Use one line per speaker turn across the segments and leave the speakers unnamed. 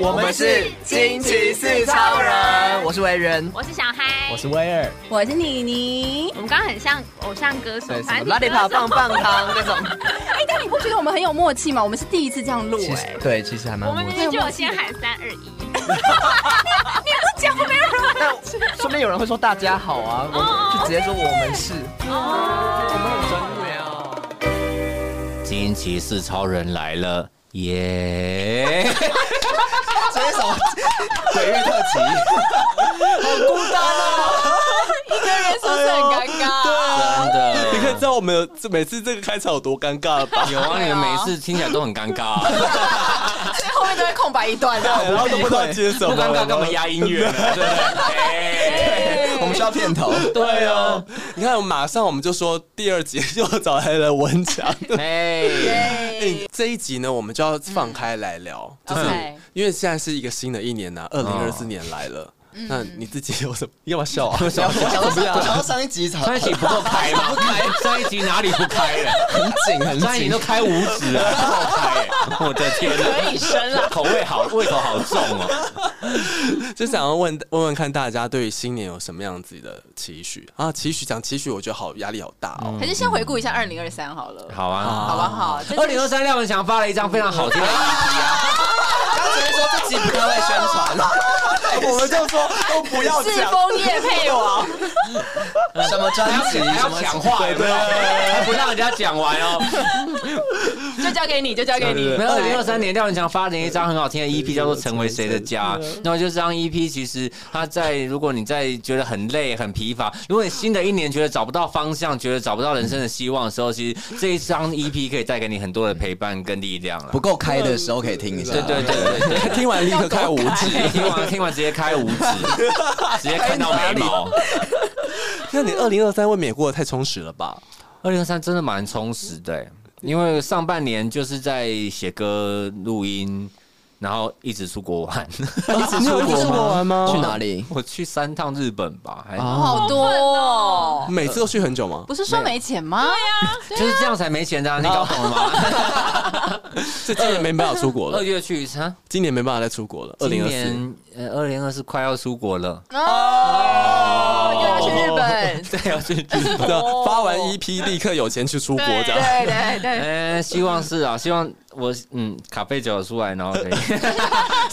我们是惊奇四超人，我是维人，
我是小嗨，
我是威尔，
我是妮妮。
我们刚刚很像偶像歌手，
对，什
反
么
正
拉力跑棒棒糖那种，
哎、但你不觉得我们很有默契吗？我们是第一次这样录、
其
哎
实，对，其实还蛮
我们
默
明
契。
明就有先喊三二一，
但说不哎定有人会说大家好啊，我就直接说我们是，
哦
我们很专业啊。
惊奇四超人来了， 耶！
这是什么鬼域特辑？好孤单啊！
是不是很尴尬？
真
你可以
的
知道我们有这每次这个开场有多尴尬了吧？
有啊，你们每一次听起来都很尴尬啊，
所以后面都会空白一段啊的。
然后都不知道接什
不
么，
尴尬干嘛压音 乐呢？对不对？哎
我们需要片头。
啊对
哦
啊，你看，我马上我们就说 第二集又找来了文强。
哎，
哎这一集呢，我们就要放开来聊，就是
OK
因为现在是一个新的一年呐、2二零二四年来了。
嗯
那你自己有什么？ 你干嘛笑啊？
我想要我想要上一集好
上一集不够开吗？不开，上一集哪里不开了？
很紧很
上一集
紧
都，开五指了，不够开 耶！我的天哪，
可以生了
口味好，胃口好重哦。
就想要问问问看大家对于新年有什么样子的期许啊？期许讲期许，我觉得好压力好大哦。
还是先回顾一下二零二三好了，
好啊，
好不好？这
二零二三廖文强发了一张非常好听的 EP 啊。
他只是说自己不太会宣 传，啊
我们就说都不要
世风夜配王，
什么专辑什
还要
么
讲话，有没有？ 还不让人家讲完哦。
就交给你，就交给你。
没有，二零二三年廖文强发了一张很好听的 EP，叫做《成为谁的家》。那我就这张 EP，其实他在如果你在觉得很累、很疲乏，如果你新的一年觉得找不到方向，觉得找不到人生的希望的时候，其实这一张 EP 可以带给你很多的陪伴跟力量了
不。够开的时候可以听一下。
对对对对对。
听完立刻开五指。
听 完听完直接开五指，直接看到眉毛。
那你二零二三未免也过得太充实了吧？
二零二三真的蛮充实的欸，因为上半年就是在写歌、录音，然后一直出国玩。
你有
出国
玩吗
去哪里？
我去三趟日本吧，还、
好多、哦，
每次都去很久吗？
不是说没钱吗？
啊就是这样才没钱的、啊，你搞懂了 吗？
这今年没办法出国
二
了，
月去哈，
今年没办法再出国了。二
今
零二四，
年呃二零二四快要出国了，
哦，又要去日本，
对，要去日本。
对啊，发完 EP 立刻有钱去出国这样。
对对对，
嗯、希望是啊，希望我嗯卡贝酒出来，然后可以。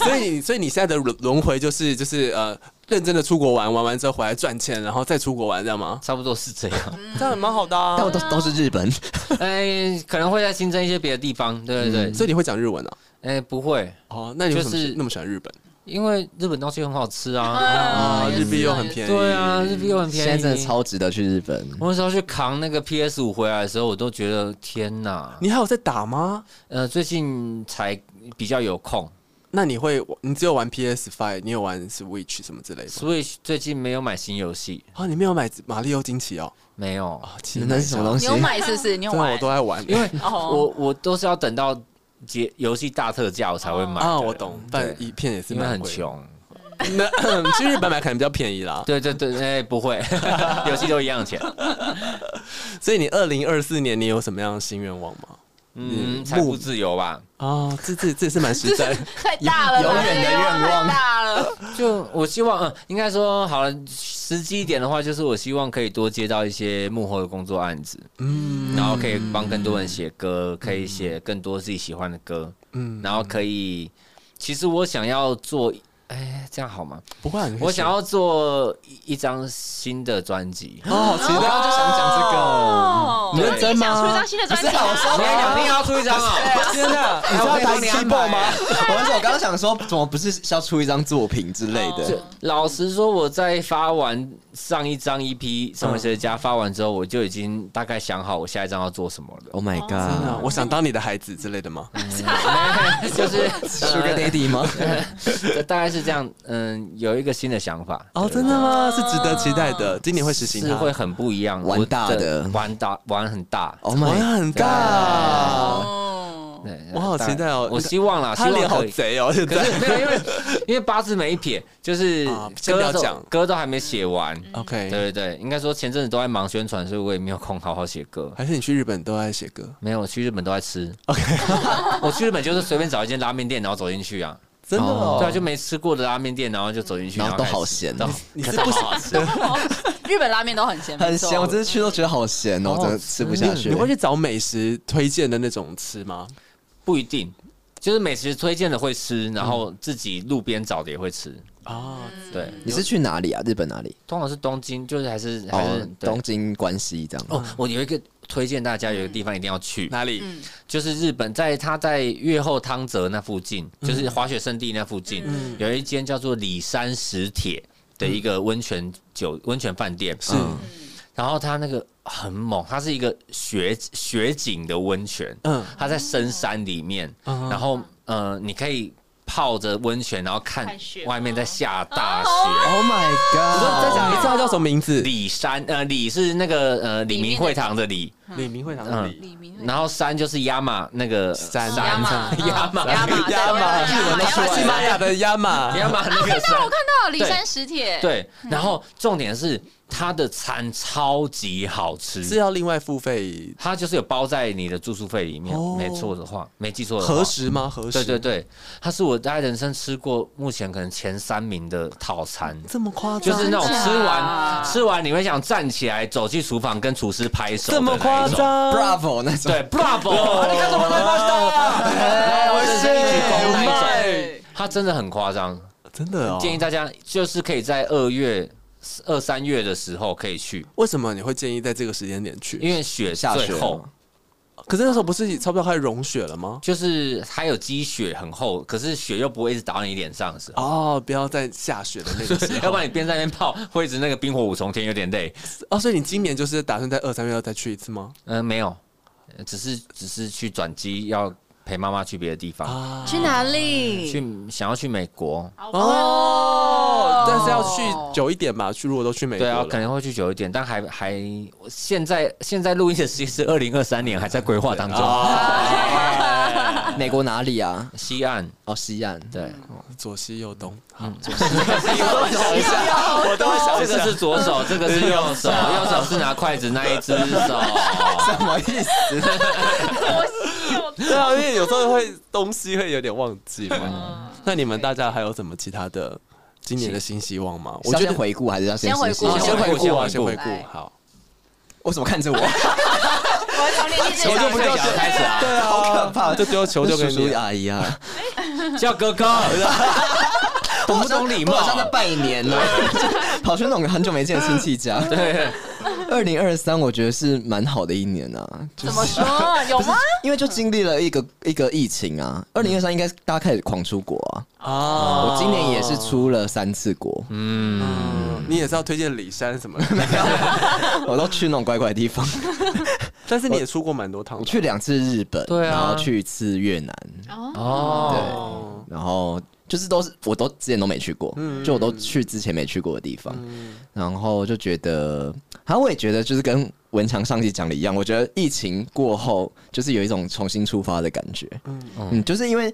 所以你，所以你现在的轮轮回就是就是呃，认真的出国玩，玩完之后回来赚钱，然后再出国玩，这样吗？
差不多是这样。
这样也蛮好的啊
但我都都是日本，
哎、可能会再新增一些别的地方，对对对。
所以你会讲日文啊？
哎、不会，
哦，那你为什么
就是
那么喜欢日本
因为日本东西很好吃啊。
啊？
啊
日币又很便宜，
对啊，日币又很便宜。
现在真的超值得去日本。
我那时候去扛那个 PS 五回来的时候，我都觉得天哪！
你还有在打吗？
呃，最近才比较有空
那你会，你只有玩 PS Five，你有玩 Switch 什么之类的吗？
，Switch 最近没有买新游戏，
啊，你没有买马里奥惊奇哦？
没有，
啊，期待
那是什么东
你
西？
有买是不是？你有
真的
买
我？都在玩，
因为
哦
我我都是要等到节游戏大特价我才会买
啊，
的
我懂，但
对
一片也是
因为
蛮
很
贵的。
穷。
那嗯去日本买可能比较便宜啦。
对对对，哎、不会，游戏都一样钱。
所以你二零二四年你有什么样的新愿望吗？
嗯，
嗯
财务自由吧。
啊，这这这是蛮实在的。
太大了吧，
永远的愿望
太大了。
就我希望，嗯，应该说好了，实际一点的话，就是我希望可以多接到一些幕后的工作案子，嗯，然后可以帮更多人写歌，可以写更多自己喜欢的歌，嗯，然后可以，其实我想要做，哎，这样好吗？
不会啊，你会
我想要做一一张新的专辑。
哦，好期待，我就想讲这个。
哦
你认真吗
就是你想出一张新的专辑啊，
你要两定要出一张 哦！
真的，你知道打 keyboard 吗？
我那时候我刚刚想说，怎么不是要出一张作品之类
就
哦
的？
老实说，我在发完上一张 EP《上回谁的家》发完之后，我就已经大概想好我下一张要做什么 了。
Oh my
真的
god！
我想当你的孩子之类的吗？
就是
是个 Daddy 吗？
这大概是这样，嗯，有一个新的想法，
哦，真的吗？是值得期待的，今年会实行
是
它，
会很不一样，
玩
我
大的
玩大，玩很大。
Oh
玩
my！
很大。
哦，
对
我好
大
期待哦
我希望啦，希
他
望
脸好
可以。
贼哦，现
可
在
是没有，因为 因为八字没一撇，就是
啊先不
歌
要
都
讲嗯
歌都还没写完。对
OK。
对对，应该说前阵子都在忙宣传，所以我也没有空好好写 歌。
还是你去日本都在写歌？
没有，我去日本都在吃。OK，我去日本就是随便找一间拉面店，然后走进去啊。
真的哦，
对啊，就没吃过的拉面店，然后就走进去，
然后都
开始
好咸哦
然后
你是不好啊吃，
日本拉面都很咸，
很
没错
咸，我这次去都觉得好咸哦，我真的吃不下去
你。会去找美食推荐的那种吃吗？
不一定，就是美食推荐的会吃，然后自己路边找的也会吃。
啊，
对，
你是去哪里啊？日本哪里？
通常是东京，就是还是还
哦
是，对
东京关西这样。
哦，我有一个推荐大家，有一个地方一定要去，
哪里？
就是日本，在它在越后汤泽那附近，就是滑雪圣地那附近，
嗯
嗯
有一间叫做里山石铁的一个温泉酒温泉饭店。
是
嗯然后它那个很猛，它是一个雪雪景的温泉，
嗯
它在深山里面，
哦
然后呃，你可以泡着温泉，然后看
看雪
外面在下大
哦
雪。
Oh my
再
god！
讲一次，它叫什么名字？
里山呃，里是那个呃李明会堂的李，
李明会堂的李
李明
然后山就是亚马那个
山
亚
山
马嗯
亚马
亚马
亚马，
对对对
是西班牙的亚马，
亚马那个 山。
啊看嗯到骊山石铁，，
对，然后重点是它的餐超级好
是啊
吃，
要另外付费
它就是有包在你的住宿费里面
哦，
没错的话，没记错的话
核。实吗？核
对
实？
对，对，它是我大概人生吃过目前可能前三名的套餐，
这么夸张？
就是那种
哦真假啊
吃完吃完你会想站起来走去厨房跟厨师拍手，
这么夸？张？哦
Bravo 那种，
对，Bravo！你啊看怎么来嘛
哎
的？然后就是一起攻那一种，
对，
它真的很夸张。
真的哦。
建议大家就是可以在二月、二三月的时候可以去，
为什么你会建议在这个时间点去？
因为雪
下雪
最厚，
可是那时候不是差不多快融雪了吗？
就是还有积雪很厚，可是雪又不会一直打到你脸上的时候。
哦，不要再下雪的那 个时候。
要不然你边在那边泡，会一直那个冰火五重天有点累。
哦，所以你今年就是打算在二三月要再去一次吗？
嗯、没有，呃只是只是去转机，要陪妈妈去别的地方，
啊，
去哪里？
去想要去美国。
哦，但是要去久一点吧。去如果都去美国
对啊
了，，
可能会去久一点，但还还我现在现在录音的时间是二零二三年，还在规划当中。哦
美国哪里啊？
西岸
哦，西岸。
对，
左西右东。
我都会想，这个是左 手，这个是右手，右手是拿筷子那一只 手。
什么意思？
对啊，因为有时候会东西会有点忘记嘛。那你们大家还有什么其他的今年的新希望吗？我
我
觉
先
得
回顾还是要先
先回
实施
顾
哦
一下
先回顾啊，
先
先
回
回
顾
顾。好，
为什么看着我？
我从练
我就
习
不叫开始啊，
对 啊，好可怕，就丢球就给
叔叔
你。
阿姨啊，
叫哥 哥，懂不懂礼貌
我？好像在拜年 了，跑去那种很久没见的亲戚家。
对，
二零二三我觉得是蛮好的一年啊，
怎么说？有吗？
因为就经历了一个一个疫情啊。二零二三应该是大家开始狂出国啊，
啊
我今年也是出了三次国，
嗯，你也是要推荐李珊什 么的？
我都去那种怪怪的地方。
但是你也出过蛮多趟吧。
我去两次日本，
对啊
然后去一次越南，
哦，
哦，
然后就是都是我都之前都没去过，就我都去之前没去过的地方，嗯然后就觉得，好、像我也觉得就是跟文强上期讲的一样，我觉得疫情过后就是有一种重新出发的感觉，嗯嗯，就是因为。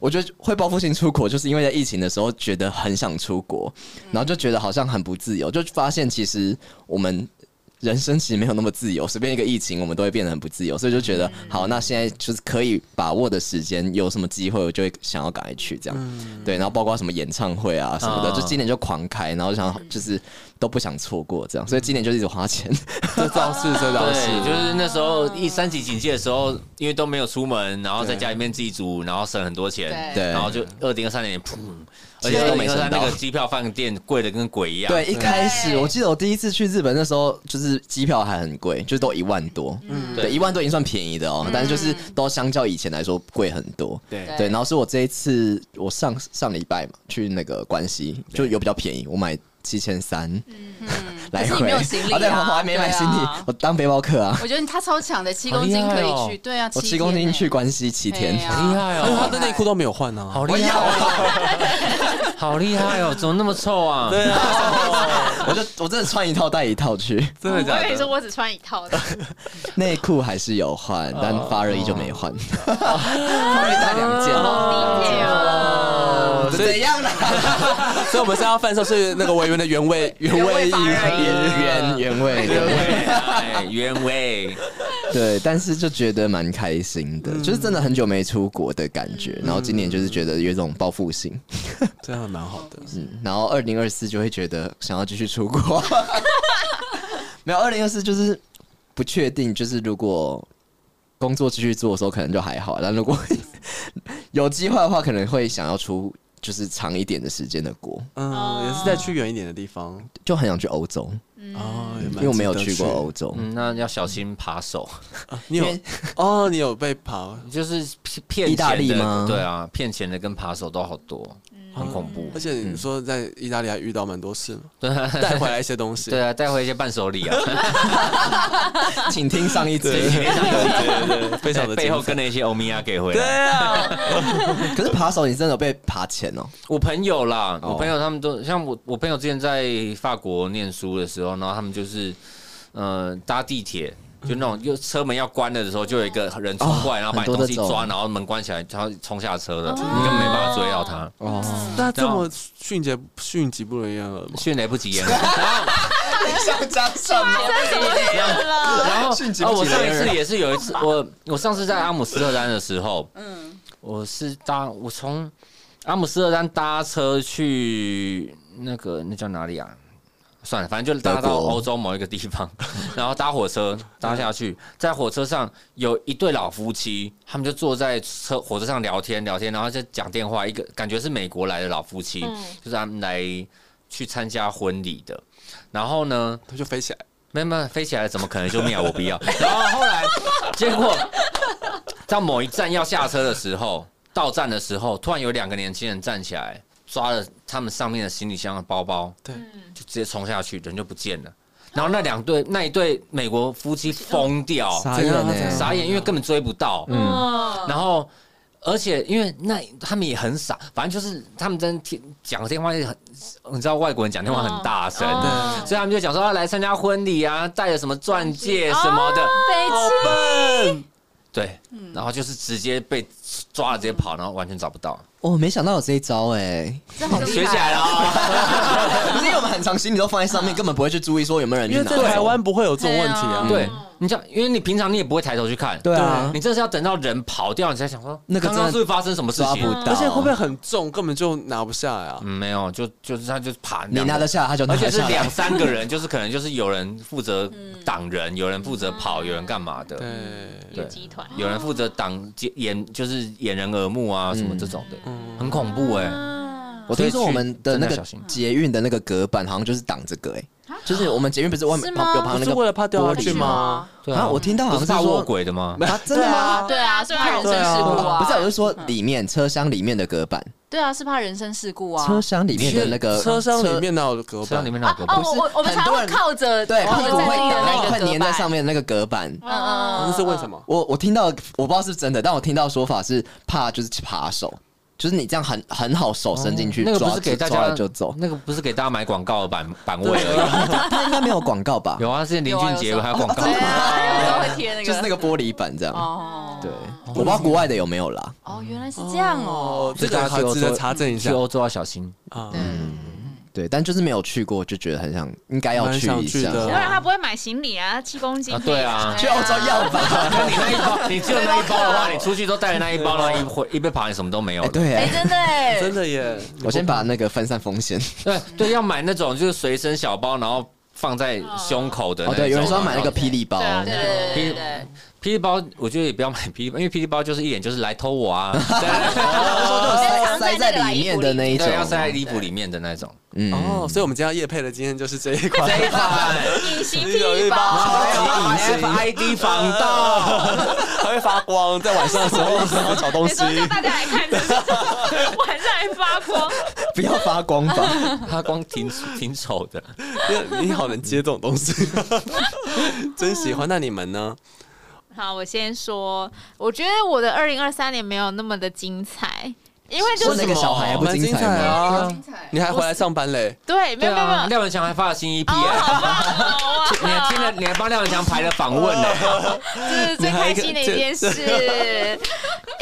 我觉得会报复性出国，就是因为在疫情的时候觉得很想出国，然后就觉得好像很不自由，就发现其实我们人生其实没有那么自由，随便一个疫情，我们都会变得很不自由，所以就觉得好，那现在就是可以把握的时间，有什么机会我就会想要赶快去这样，对，然后包括什么演唱会啊什么的，
啊
就今年就狂开，然后就想就是都不想错过这样，所以今年就一直花钱，
这倒是，这倒是。
对，就是那时候一三级警戒的时候，因为都没有出门，然后在家里面自己煮，然后省很多钱，
对
对，
然后就二零二三年砰，
其
而且
实
二
都没
零二
省
三那
到
个机票饭店贵的跟鬼一样，
对，一开始我记得我第一次去日本那时候，就是机票还很贵，就是都一万多，嗯对，一万多已经算便宜的哦，但是就是都相较以前来说贵很多，
对
对。然后是我这一次，我上上礼拜嘛去那个关西，就有比较便宜，我买七千三，来
嗯可是
回
你没有行李啊
哦对，我还没买行
对
李
啊，
我当背包客啊，
我觉得他超强的，七公斤
好
可
厉害
以
哦
去，对啊，
我
七
七公
天
斤
欸
去关西七天，
对啊
好厉害
因为他
哦，
的内裤都没有换啊呢。
好厉害哦，好厉害哦，怎么那么臭啊？
对啊，
我就我真的穿一套带一套去，
真的
我
假
跟你说，
的？
我只穿一套的，
内裤还是有换，但
哦
发热衣就 没换，发热衣带两件。
对
啊
哦，
怎样啦？
所以我们现在要贩售是那个维园的原味原味
原味发热
原原味，
原味，哎原味，
对，但是就觉得蛮开心的，
嗯
就是真的很久没出国的感觉。然后今年就是觉得有一种报复性，
这样蛮好的。
嗯，然后二零二四就会觉得想要继续出国。 没有，二零二四就是不确定，就是如果工作继续做的时候，可能就还好；啊但如果 有计划的话，可能会想要出就是长一点的时间的国，
嗯，也是在去远一点的地方
就很想去欧洲，
哦，也蛮
因为我没有
值得啊
去过欧洲。
嗯，那要小心扒手，
你有 哦，你有被爬，
就是骗骗
意大利
钱的
吗
对啊，骗钱的跟扒手都好多，很恐怖。
嗯
啊嗯
而且你说在意大利还遇到蛮多事嘛，带回来一些东 西。
对啊，带回一些伴手礼啊，
请听上 一集。
对对对，非常的
背后
精彩
跟了一些欧米亚给回
对
来。
啊，
可是扒手，你真的有被扒钱哦、
我朋友啦，
哦
我朋友他们都像我，我朋友之前在法国念书的时候，然后他们就是，呃，搭地铁。就那种，就车门要关了的时候，就有一个人冲过
哦
来，然后把
很多
东西
这种
抓，然后门关起来，然后冲下车了，你根本没办法追到他，
哦，
那这么迅捷迅疾不一样了吗？
迅雷不及掩耳。
想讲什么？
然后
迅捷
啊
不
我
及掩
上一
耳
次也是有一次，我我上次在阿姆斯特丹的时候，嗯，我是搭我从阿姆斯特丹搭车去那个那叫哪里啊？算了，反正就搭
德
到
国
欧洲某一个地方，然后搭火车搭下去，在火车上有一对老夫妻，他们就坐在车火车上聊天聊天，然后就讲电话，一个感觉是美国来的老夫妻，
嗯
就是他们来去参加婚礼的。然后呢，
它就飞起来，
没有没有，飞起来怎么可能就灭？我不要。 然后后来，结果到某一站要下车的时候，到站的时候，突然有两个年轻人站起来，抓了他们上面的行李箱的包包，
对，
就直接冲下去，人就不见了。然后那两对那一对美国夫妻疯掉，
傻眼欸呢、
真的
傻眼，因为根本追不到。
嗯，
然后，而且因为那他们也很傻，反正就是他们真听讲电话也很，你知道外国人讲电话很大声，
哦
所以他们就讲说要来参加婚礼啊，带了什么钻戒什么的，
北京
对，然后就是直接被抓了，直接跑，然后完全找不到，
我哦没想到有这一招哎、
这
嗯
好
学起来了哦。
不是因为我们很长行李都放在上 面，根本不会去注意说有没有人去
因为
拿
在
走
台湾不会有这种问题啊。
对，你知道，因为你平常你也不会抬头去看，
对啊
你这是要等到人跑掉，你才想说
那个
刚刚
真的
是不是发生什么事
抓
情啊
不？到，
而且会不会很重，根本就拿不下来啊？
嗯，没有，就就是他就爬，
你拿得下他就拿
而
得
且是
下
两
来？
三个人，就是可能就是有人负责挡人，有人负责跑，有人干嘛
对
的，，
一个集团，
有人负责挡掩，就是掩人耳目啊什么这种的，
嗯
嗯
很恐怖哎。
啊
我听说我们的那
真的要
个
小心嗯
捷运的那个隔板好像就是挡这个哎、就是我们捷运不是外面
是吗
旁有旁
不
那
是为
个
了怕掉下去吗？
对
啊，我听到
不
好
是
像
怕
是
卧
说
轨的吗？
啊，真的吗？
对啊，是
对啊
怕人身事故啊，
不是，我就说里面车厢里面的隔板，
对啊，是怕人身事故啊。
车厢里面的那个
车厢里面哪有隔
车
板
里？面那
啊
个
哦，
不
我我我们
很
才
多
会
人
靠着
对
哦
靠
屁股
着
会
站立的那
会
个
会粘在上
面，
面的那个隔板，
嗯嗯
那是为什？么？
我我听到我不知道是不是真的，但我听到说法是怕就是扒手，就是你这样很很好手伸进去
哦那
抓，
个不是给大
抓
家
了就 走。
那个不是给大家买广告的版版位而
他应该没有广告吧
已。？有啊，之前林俊杰还有广 告
对，啊，会贴那个，
就是那个玻璃板这样。
哦
对，我不知道国外的有没有啦。
哦，原来是这样哦，
这个还值得查证一
去
下
欧洲要小心。
啊。
对，但就是没有去过，就觉得很想，应该要去
蛮想
一
去
下。
不
的
然他不会买行李啊，七公斤
啊对啊
去欧洲要吧？
你那一 包，你只有那一包的话，你出去都带着那一包，然后一回一被 爬，你什么都没有
哎，。 对
哎，
欸，
真的哎，
真的耶！
我先把那个分散风险。
对对，要买那种就是随身小包，然后放在胸口的。
哦，对，有人说要买那个霹雳包，
对啊
对对对对对，
霹雳包，我觉得也不要买霹雳包，因为霹雳包就是一脸就是来偷我啊，
哦塞塞在里面的那一种
对，。要塞在衣服里面的那种。
嗯，
哦，所以我们今天夜配的今天就是这一款，
这一款
隐形
披
披包，
FID 防盗，
还会发光，在晚上的时候一直要找东
你
西
说。叫大家来看， 晚上还发光，
不要发光吧。
它光挺挺丑的。
你好能接这种东西，真喜欢。那你们呢？
好，我先说，我觉得我的二零二三年没有那么的精彩，因为就
问那
是
个小孩还不
哦蛮
精
精彩
彩吗？
啊！
彩
你还回来上班嘞？
对，没有没有没有。
廖文强还发了新 EP，
哦，
哎
好
啊
棒哦！哇
你还听了，你还帮廖文强排了访问呢。
这是最开心的一件事，因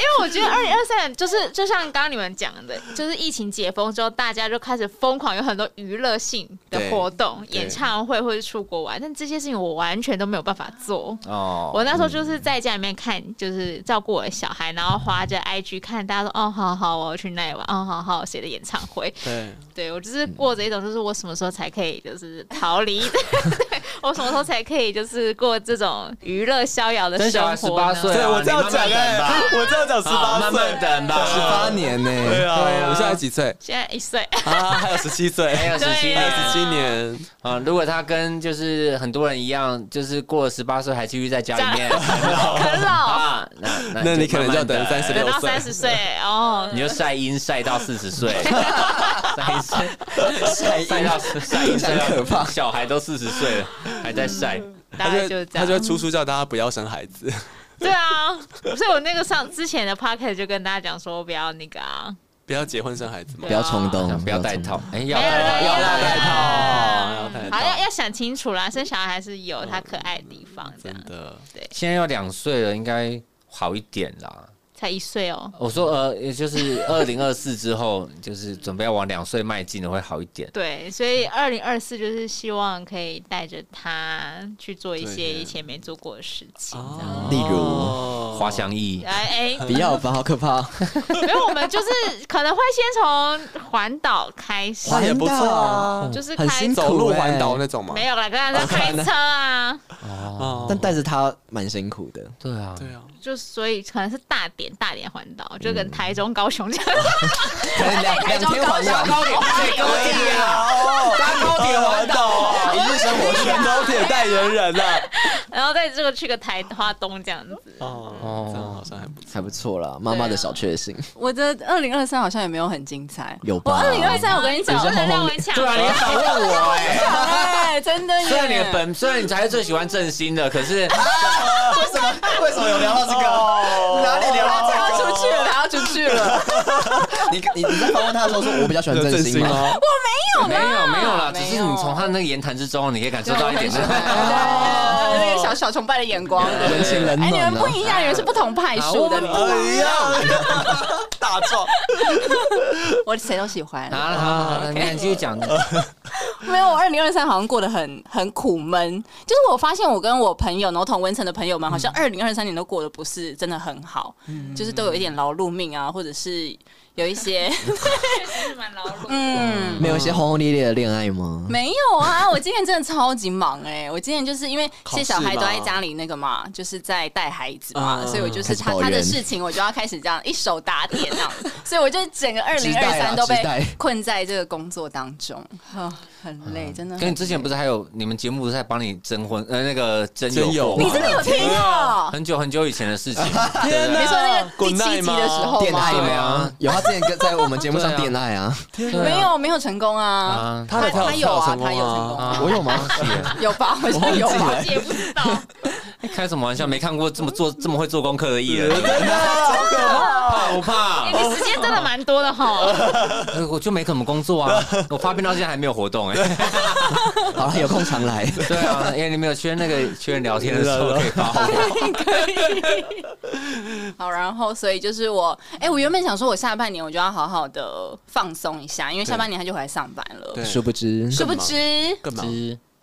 为为我觉得二零二三年就是就像刚刚你们讲的，就是疫情解封之后，大家就开始疯狂有很多娱乐性的活动，
对
演唱会或者出国玩，但这些事情我完全都没有办法做。
哦，
我那时候就是在家里面看，就是照顾我的小孩，然后划着 IG 看大家说，哦，好好，我要去那里玩，哦，好好，谁的演唱会？
对，
对我就是过着一种，就是我什么时候才可以就是逃离， 对我什么时候才可以就是过这种娱乐逍遥的
真
生
小
活
孩
呢？
十八岁，
对我这样讲
哎
哎，，我这样讲十
好
八
慢慢
岁，
等吧，
十八。年呢、
对啊，
对啊
我现在几岁
现在一岁，
啊？还有十七岁，
还有十七
对
还有
年
十七年，
啊！如果他跟就是很多人一样，就是过了十八岁还继续在家里面
很老，
啊，那
那你可能就要
慢慢
等三十
等
六
到
岁
三。十岁哦。
你就晒阴晒到四十岁，晒阴晒晒到晒阴晒到
很可怕
小孩都四十岁了还在晒，
大概就是这
他就会
样，
出书叫大家不要生孩子，
对啊，所以我那个上之前的 p o c a s t 就跟大家讲说，不要那个啊，
不要结婚生孩子嘛
不。要冲动，
不要戴套，哎，要
没有
戴套，
没有
要
没有
戴套。
哦，要
好
太
要要想清楚啦，生小孩还是有他可爱的地方，这样
嗯真的，
现在要两岁了，应该好一点啦。
才一岁哦，
我说呃，也就是二零二四之后，就是准备要往两岁迈进的会好一点。
对，所以二零二四就是希望可以带着他去做一
对
些
耶
以前没做过的事情，
哦
这样。
例如
滑翔翼，
哎哎，
不要吧，好可 怕！
没有，我们就是可能会先从环岛开始，
那也不错啊，
就是
很
开
辛苦哎
走路环岛那种嘛。
没有啦，刚刚在开车啊。
哦，
但带着他蛮辛苦的，
对啊，
对啊，
就所以可能是大点大点环岛，就跟台中、高雄这样。
可能两两天环岛，
高铁对高铁啊，搭高铁环岛，
一日生活圈。
高铁代言人啊呐。
然后再这个去个台花东这样子。
哦，这样好像还不错。
还不错啦，妈
啊
妈的小确幸
我的二零二三好像也没有很精彩。
有
我
吧？
二零二三，我跟你讲，
有些
能量
轰
围墙，
对啊，你 反问我哎。
哎，真的耶。
虽然你的本，虽然你才是最喜欢正兴的，可是
啊为什么为什么有聊到这
哦
个？哪里聊到
他要出去了，他要出去了。
你你你在访问他的时候说我比较喜 欢郑
啊
兴吗？
哦，
没有没有啦，
没
只
有
是你从他那个言谈之中，你可以感受
对
到一点
我很 喜欢对对对有一个小小崇拜的眼光。
对
人情冷
哎，你
暖
们
啊
不
呢？
一样，你们是不同派
好
数
我
的。
们
你
不
们
一样，大壮，
我谁都喜欢
好。了好了好了，你看你继续讲。
没有，我二零二三好像过得很很苦闷。就是我发现我跟我朋友，然后同文成的朋友们，好像二零二三年都过得不是真的很好，就是都有一点劳碌命啊，或者是有一些
是蛮劳碌。
嗯。
没有一些轰轰烈烈的恋爱吗？
没有啊，我今年真的超级忙哎、我今年就是因为
考
现
试
在小孩都在家里那个嘛，就是在带孩子嘛，
嗯
所以我就是
开始
他
抱
他的
怨
事情，我就要开始这样一手打点这样，所以我就整个二
直
零
带
二
啊
三都被
直带
困在这个工作当中，啊，很累，真的很累。
跟你之前不是还有你们节目不是在帮你征婚呃那个征
征
友
友
过吗？
你
你真的有听哦、
很久很久以前的 啊事情，
天哪！
你说那个第
滚
七
蛋
集
吗
的时候
恋
哎
爱
啊吗？
啊
吗？啊有他之前跟在我们节目 上恋爱啊，
没有，没有成功啊。
啊，
他的
他有啊
成功
他有成功
啊
我有吗？
有吧？好像有吧？
也不知道，
开什么玩笑？没看过这么做这么会做功课的艺人，怕不怕？
哎你时间真的蛮多的 哈。
呃我就没怎么工作啊，我发病到现在还没有活动 哎。
好了，有空常来。
对啊，因为你没有缺那个缺人聊天的时候可以发 火。
好，然后所以就是我，哎、我原本想说我下半年我就要好好的放松一下，因为下半年他就回来上班了。
对
殊不知，
殊不知，
干嘛？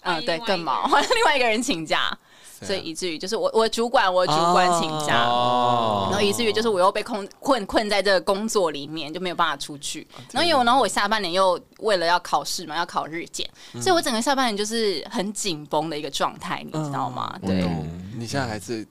嗯，对，
换另外一个
更
人
忙， 换另外一个人请假，
啊
所以以至于就是我我主管我主管请假。然
哦
后以至于就是我又被困困困在这个工作里面，就没有办法出去。然后因为我然后我下半年又为了要考试嘛，要考日检，所以我整个下半年就是很紧绷的一个状态，你知道吗？对，
嗯你现在还是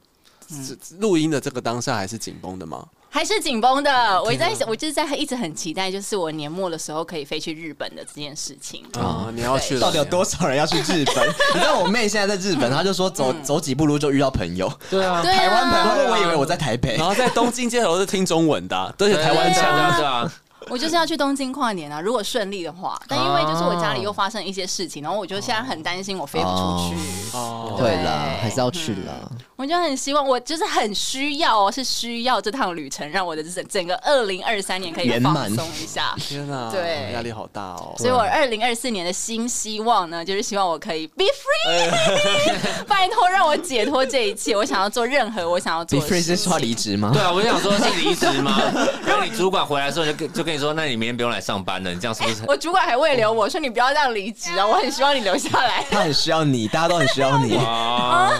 是录音的这个当下还是紧绷的吗？
还是紧绷的。我在我就是在一直很期待，就是我年末的时候可以飞去日本的这件事情。
啊，你要去 了
到底有多少人要去日本？ 你知道我妹现在在日本，她就说
嗯
走走几步路就遇到朋友，
对啊，
对
台湾朋
啊，
友，我以为我在台北
然。后在东京街头是听中文的啊，都是台湾腔
对啊
啊。
对啊，
我就是要去东京跨年啊，如果顺利的话。但因为就是我家里又发生一些事情，然后我就现在很担心我飞不出去。
哦，
对啦，还是要去啦。
我就很希望，我就是很需要哦，是需要这趟旅程让我的整整个二零二三年可以
圆
放
满
松一 下。
天哪，
对
压力好大哦。
所以我二零二四年的新希望呢，就是希望我可以 be free，拜 托让我解脱这一切。我想要做任何我想要
Be
做的
free 是
事
说要
情。
离职吗
对？啊，我就想说，是离职吗？ 然后你主管回来的时候就跟就跟你说，那你明天不用来上班了，你这样是不是很？
我主管还未留我说你不要这样离职
哦
啊，我很希望你留下来，
他很需要你，大家都很需要
哎
你。
啊，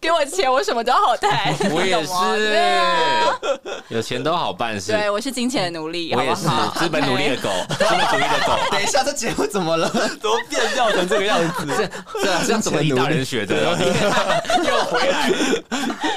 给我钱，我什么都好谈。
我也
懂吗对啊
是，有钱都好办事。
对，我是金钱的奴隶，
我
好
也
不
是
好？啊哎
资本努力的
OK
狗，资本主义的狗。
等一下，这节目怎么了？
怎么变调成这个样子？
这这这样啊怎么一大人学 的？
啊
又回来，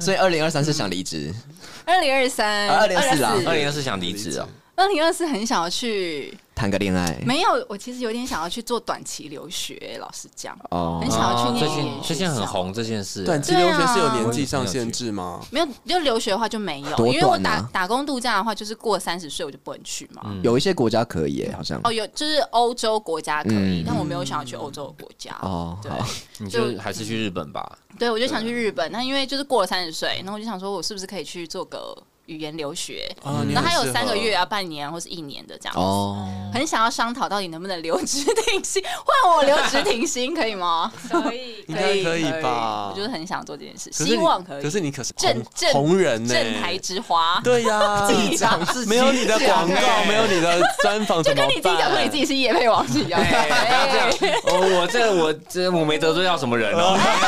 所以二零二三是想离职，
二零二三，
啊2024啦
二零二四想离职啊？
二零二四很想要去，
谈个恋爱。
没有，我其实有点想要去做短期留学，老实讲，
哦
很想要去
哦
念
最
语言
近
学
最近
校
很红这件事，
短期留学是有
对啊
年纪上限制吗？
没有，就留学的话就没有，
多
因为我
短
打
啊
打工度假的话，就是过三十岁我就不能去嘛。
嗯
有一些国家可以耶，好像
哦，有就是欧洲国家可以，
嗯
但我没有想要去欧洲的国家。
哦，
对
好，
你就还是去日本吧。
对，我就想去日本，那因为就是过了三十岁，那我就想说我是不是可以去做个语言留学？
啊，你
然后还
很适
有
合
三个月啊、半年啊或是一年的这样
嗯
子。
哦，
很想要商讨到底能不能留职停薪，换我留职停薪可以吗？
所以
应该可以吧？
我就是很想做这件事，
可是
希
你
望可以。
可是你可是
正
红
正
红人呢？
正台之花，
对啊呀，
讲
没有你的广告，没有你的专访，
就
怎
跟
么办
你自己讲说你自己是叶配王子一样。
哎 不要这样，哦我这我这我没得罪到什么人哦。
哎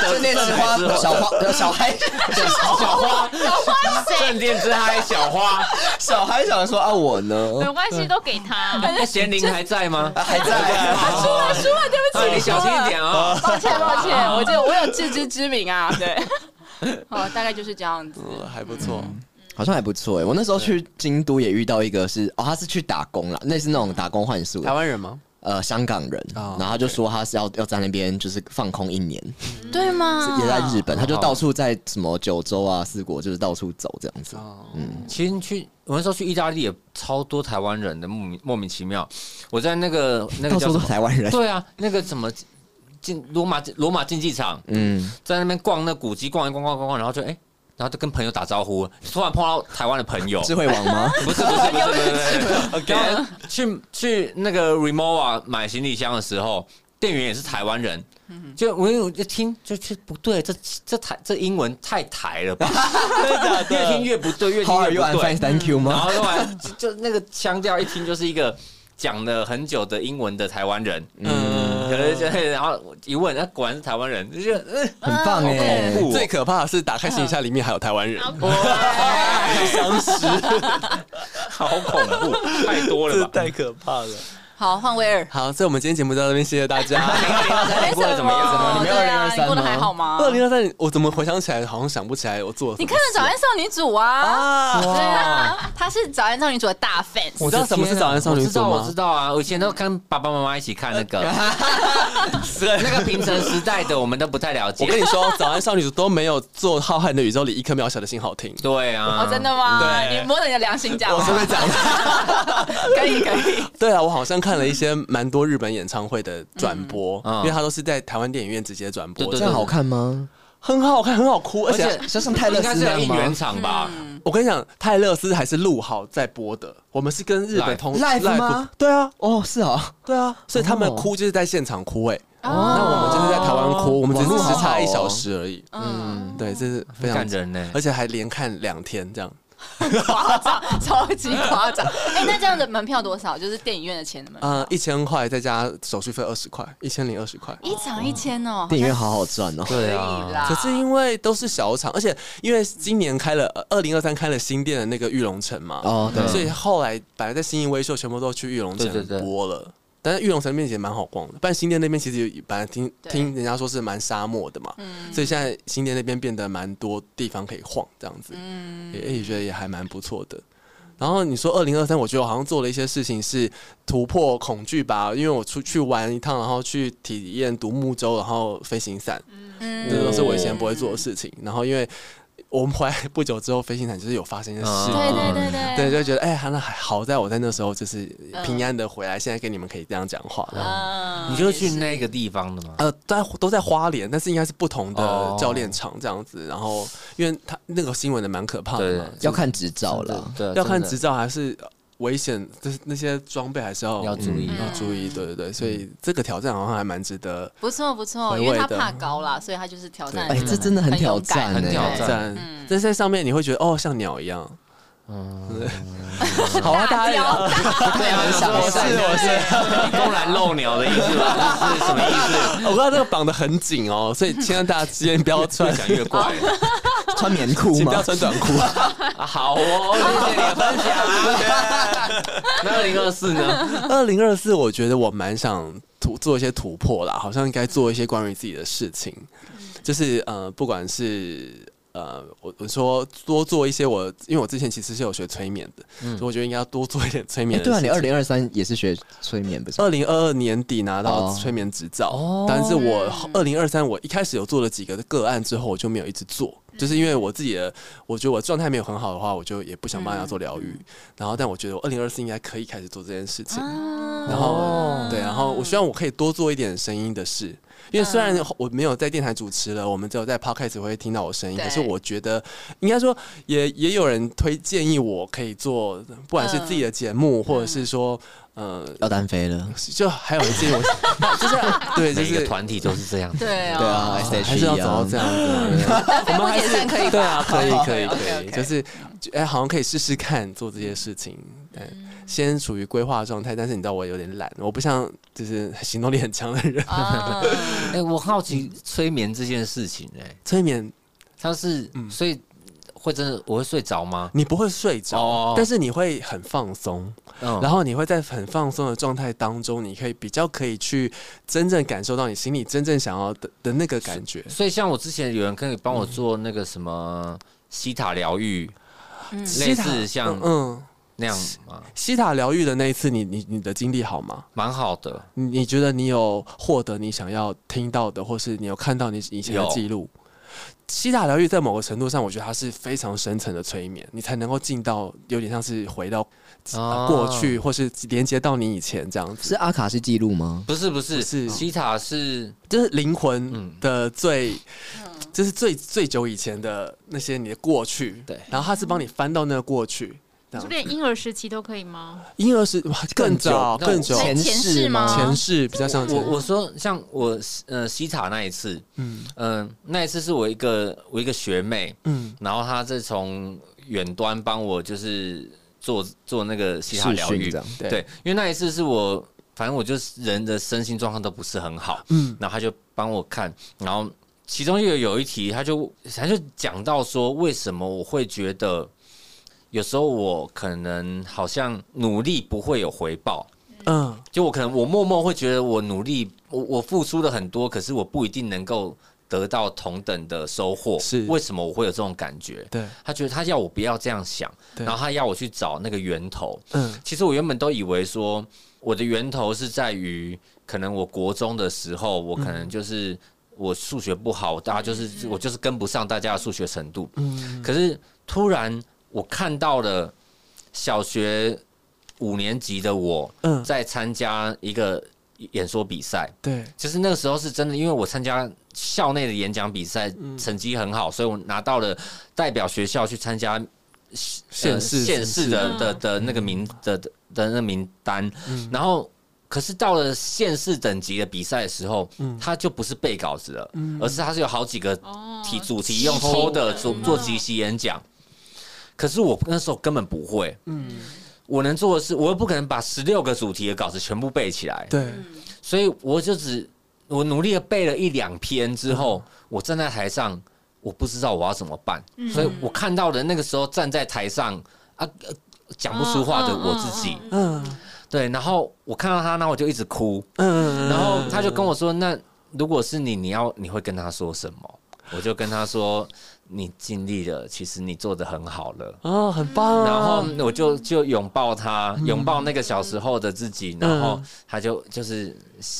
正念之花，小花，小孩，
小花，正殿之嗨，小花，
小孩想说啊，我呢
没关系，都给他。
那哎贤玲还在吗？
还在啊，
哎输了输了，
啊
哎
对不起，
你小心一点啊！
抱歉抱歉， 我就我有自知之明啊，对。哦，大概就是这样子。
嗯还不错，
好像还不错哎。我那时候去京都也遇到一个是，哦，他是去打工啦，那是那种打工换宿
台，湾人吗？
呃，香港人，
哦
然后他就说他是要要在那边就是放空一年，
嗯
对吗
也在日本，他就到处在什么九州啊、四国，就是到处走这样子。
哦，
其实去我那时候去意大利也超多台湾人的，莫名莫名其妙。我在那个那
到
个叫
处
什
都
么？
台湾人，
对啊，那个什么进罗马罗马竞技场，
嗯，
在那边逛那古迹，逛一逛逛逛逛，然后就哎、然后就跟朋友打招呼，突然碰到台湾的朋
哦
友，
智慧王 吗？
不是不是不是不是不是然后去去那个 Remova 买行李箱的时候，店员也是台湾人。就我有一听就去不对，这这台这英文太台了吧？越听越不对，越
How
听
are
越
you?
不
I'm
对
fine,。thank you
然
吗？
后突然就就那个腔调一听就是一个讲了很久的英文的台湾人，
嗯，
可能就然后我一问，那果然是台湾人，就是呃
嗯
很棒
哦
哎
恐，怖
最可怕的是打开行李箱，里面还有台湾 人，
哎
相识，好恐怖，太多了
这
吧？
太可怕了。
好，换威 尔。
好，所以我们今天节目就到这边，谢谢大家。
没
过得怎么样怎么
你们
对啊
2023
你过得
吗
还好吗？
二零二三，我怎么回想起来，好像想不起来我做了什
你
么
看了《早安少女组》啊？
啊？
对啊，他是《早安少女组》的大 fans。
你知道 什么是早安少女
我知
组
道，我
吗
知？道啊，我以前都跟爸爸妈妈一起看那 个，那个平成时代的我们都不太了
我跟
解。
你说，早安少女组都没有做《浩瀚的宇宙》里一颗渺小的心好听。
对啊，
哦，真的吗？
对
你摸着你的良心讲吗，啊
我是会讲，
可以可以。
对啊，我好像看了一些蛮多日本演唱会的转播，
嗯
因为它都是在台湾电影院直接转播，
对
这
真
样
的
好看吗？
很好看，很好哭。而且
像像泰勒
应该
斯
是
那
有
样
应援
吗？
场吧？
我跟你讲，泰勒斯还是录好在播的，我们是跟日本
Live
同
Live 吗？
对啊，
哦，是啊，
对啊，所以他们
哦
哭就是在现场哭，哎，
哦
那我们就是在台湾
哦
哭，我们只是
哇
时差一小时而已。
嗯，
对，这是
很
非常
感，人呢。
而且还连看两天这样。
夸张，超级夸 张。哎，那这样的门票多少？就是电影院的钱的门票。
嗯，一千块再加手续费二十块，一千零二十块。
呃一场一千哦，
电影院好好赚哦。
对
可以
啊，
啦。
可是因为都是小厂，而且因为今年开了二零二三开了新店的那个玉龙城嘛，
哦，对，
所以后来本来在新义威秀全部都去玉龙城
对对对
播了。但是玉龙城那边也蛮好逛的，但新店那边其实有本来听
对
听人家说是蛮沙漠的嘛，所以现在新店那边变得蛮多地方可以晃，这样子，
嗯
也也觉得也还蛮不错的。然后你说二零二三，我觉得我好像做了一些事情是突破恐惧吧，因为我出去玩一趟，然后去体验独木舟，然后飞行伞，
嗯
嗯
这都是我以前不会做的事情。然后因为我们回来不久之后，飞行伞就是有发生一些事
嗯
情，
对对对对
对，就觉得哎，还那还好在我在那时候就是平安的回来，现在跟你们可以这样讲话。这样
嗯
你就去那个地方的吗？
呃，在都在花莲，但是应该是不同的
哦
教练场这样子。然后，因为他那个新闻的蛮可怕的
对
嘛，
要看执照了。
对，
要看
真的
执照还是危险，就是那些装备还是要
要注意
嗯要注意。对对对，所以这个挑战好像还蛮值得
不错不错，
回
因为
味
他
的
怕高啦，所以他就是挑战。
哎，这真的很挑战，
很挑
挑
战
战。但是在上面你会觉得哦，像鸟一样。
嗯
好啊，大家
雕
对，很享
我
受。
是我是，
公然露鸟的意思 吧？这是什么意思？
我知道这个绑得很紧哦，所以千万大家之间 不要穿
越，讲越怪
穿棉裤
请不要
吗？
穿短裤。
啊！好哦，谢谢你的分享。那二零二四呢？
二零二四，我觉得我蛮想突做一些突破啦，好像应该做一些关于自己的事情，就是呃，不管是呃，我我说多做一些我，因为我之前其实是有学催眠的，所以我觉得应该要多做一点催
哎
眠
嗯
的
对啊，你二
事情
零二三也是学催眠不是吗？
二零二二年底拿到
哦
催眠执照，但是我二零二三我一开始有做了几个个案之后，我就没有一直做，就是因为我自己的，我觉得我状态没有很好的话，我就也不想帮人家做疗愈。然后，但我觉得我二零二四应该可以开始做这件事情。然
哦
后，对，然后我希望我可以多做一点声音的事，因为虽然我没有在电台主持了，我们只有在 podcast 会听到我声音，
对
可是我觉得应该说也也有人推建议我可以做，不管是自己的节目，或者是说。呃，
要单飞了，
就还有一件我，就是对， 就
每
是
个团体都是这样。
对
对啊
哦还是要走到这样子。我们还是可以， 对啊，可以，可以，可以，就是哎，好像可以试试看做这些事情。对，
嗯
先处于规划状态，但是你知道我有点懒，我不像就是行动力很强的人。
哦
啊，
哎，我好奇催眠这件事情，哎，
催眠，
它是
嗯
所以会真的我会睡着吗？
你不会睡
哦
着，但是你会很放松，
嗯
然后你会在很放松的状态当中，你可以比较可以去真正感受到你心里真正想要的的那个感觉。
所以像我之前有人可以帮
嗯
我做那个什么西塔疗愈，类
西塔
似像
嗯，
那样嘛，
西塔疗愈的那一次，你你你的经历好吗？
蛮好的。
你你觉得你有获得你想要听到的，或是你有看到你以前的
有
记录？西塔疗愈在某个程度上，我觉得它是非常深层的催眠，你才能够进到有点像是回到
哦
啊过去，或是连接到你以前这样
是啊
子，
阿卡西记录吗？
不是不是，
不是
西塔是
就是灵魂的最，就是最最久以前的那些你的过去。
对
然后它是帮你翻到那个过去，这
就
样子。
连婴儿时期都可以吗？
婴儿时哇更早
更
更
久
久，
前
前世
世
吗
前世比较像
我我说像我呃西塔那一次，嗯嗯、那一次是我一个我一个学妹，
嗯
然后她是从远端帮我就是做做那个西塔
视
疗
讯
愈
这，样，
对
对，因为那一次是我，反正我就是人的身心状况都不是很好，嗯，然后他就帮我看，然后其中又有一题，他就他就讲到说，为什么我会觉得有时候我可能好像努力不会有回报，
嗯
就我可能我默默会觉得我努力，我我付出了很多，可是我不一定能够。得到同等的收获，
是
为什么我会有这种感觉？
对
他觉得他要我不要这样想，
对
然后他要我去找那个源头，
嗯
其实我原本都以为说，我的源头是在于可能我国中的时候，我可能就是、我数学不好，大家就是我就是跟不上大家的数学程度。
嗯
可是突然我看到了小学五年级的我
嗯，
在参加一个演说比赛，
对。
就是那个时候是真的，因为我参加校内的演讲比赛，成绩很好，所以我拿到了代表学校去参加
县市啊
呃县市的的的那个名的的的那名单，
嗯
然后。可是到了县市等级的比赛的时候，
嗯
他就不是背稿子了，而是他是有好几个
哦
题主题用抽的做做即席演讲。可是我那时候根本不会，
嗯
我能做的是，我又不可能把十六个主题的稿子全部背起来，
对，
所以我就只我努力的背了一两篇之后，
嗯
我站在台上，我不知道我要怎么办，所以我看到的那个时候站在台上啊呃讲不出话的我自己，
嗯
对，然后我看到他，那我就一直哭，
嗯，
然后他就跟我说，那如果是你，你要你会跟他说什么？我就跟他说，你尽力了，其实你做的很好了。
啊，很棒啊！
然后我就就拥抱他，
嗯
拥抱那个小时候的自己，然后他就就是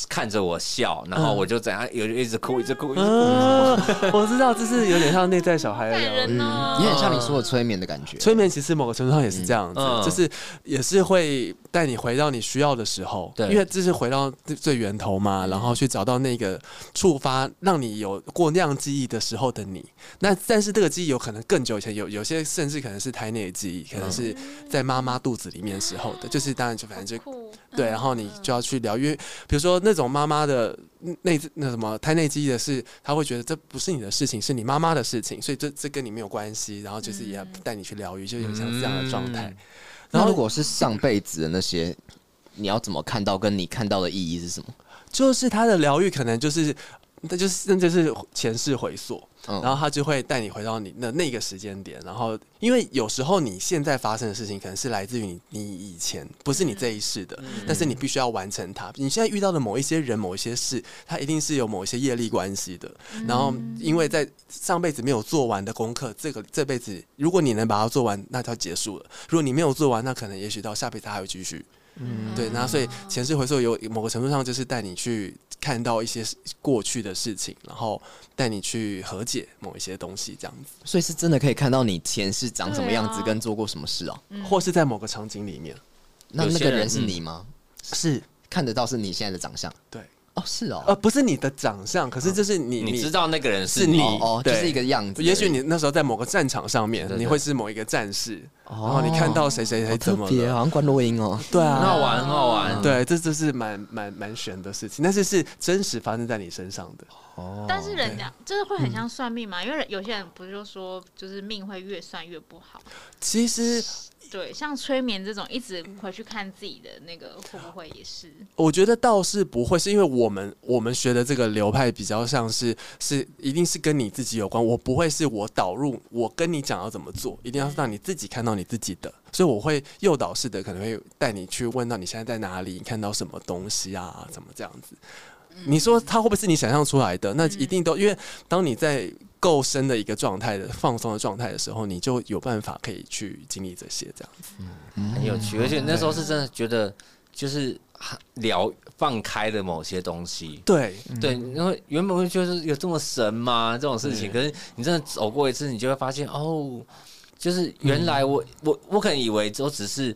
看着我笑，然后我就怎样，有一直
嗯
哭，一直哭，一直哭。
啊，
嗯
我知道，这是有点像内在小孩的
感
疗愈。
人哦
有。点像你说的催眠的感觉。
催眠其实某个程度上也是这样子，
嗯嗯
就是也是会带你回到你需要的时候，
对嗯
因为这是回到最最源头嘛，然后去找到那个触发让你有过那样记忆的时候的你。那但是这个记忆有可能更久以前，有有些甚至可能是胎内的记忆，可
嗯
能是在妈妈肚子里面时候的，就是当然就反正就
酷，哦
对，然后你就要去疗愈，比如说那种妈妈的嗯内那什么胎内记忆的事，她会觉得这不是你的事情，是你妈妈的事情，所以这这跟你没有关系，然后就是也要带你去疗愈，就有点像这样的状态。
那
然后
如果是上辈子的那些，你要怎么看到？跟你看到的意义是什么？
就是她的疗愈可能就是。那就是那就是前世回溯，
嗯
然后他就会带你回到你的那个时间点，然后因为有时候你现在发生的事情，可能是来自于你你以前，不是你这一世的，但是你必须要完成它。你现在遇到的某一些人、某一些事，它一定是有某一些业力关系的。然后因为在上辈子没有做完的功课，这个这辈子如果你能把它做完，那它结束了；如果你没有做完，那可能也许到下辈子它还会继续。对，那所以前世回溯有某个程度上就是带你去看到一些过去的事情，然后带你去和解某一些东西，这样子，
所以是真的可以看到你前世长什么样子，
对啊
跟做过什么事哦。
或是在某个场景里面，
那
有
那
些
个
人
人是
嗯
你吗？
是
看得到是你现在的长相？
对，
哦，是哦，
呃，不是你的长相，可是就是你，
你知。道那个人
是
是
你
哦哦，就
对
是一个样子而已。
也许你那时候在某个战场上面，
对对
你会是某一个战士，
哦，
然后你看到谁谁谁
好特
怎么
别啊，
了，
好像关洛英哦。
对
很好
啊，
玩，很好玩。
对，这这是蛮蛮蛮悬的事情，但是是真实发生在你身上的，
但是人家就是会很像算命嘛，因为人有些人不是就说就是命会越算越不好，
其实
对，像催眠这种一直回去看自己的那个会不会也是？
我觉得倒是不会，是因为我们我们学的这个流派比较像是是一定是跟你自己有关，我不会是我导入我跟你讲要怎么做，一定要让你自己看到你自己的，所以我会诱导式的可能会带你去问到你现在在哪里，你看到什么东西啊，怎么这样子。你说它会不会是你想象出来的？那一定都，因为当你在够深的一个状态的放松的状态的时候，你就有办法可以去经历这些这样。嗯
很有趣，而且那时候是真的觉得就是聊放开了某些东西。
对，
嗯
对，因为原本会觉得有这么神吗？这种事
嗯
情，可是你真的走过一次，你就会发现哦，就是原来
嗯
我、我我可能以为都只是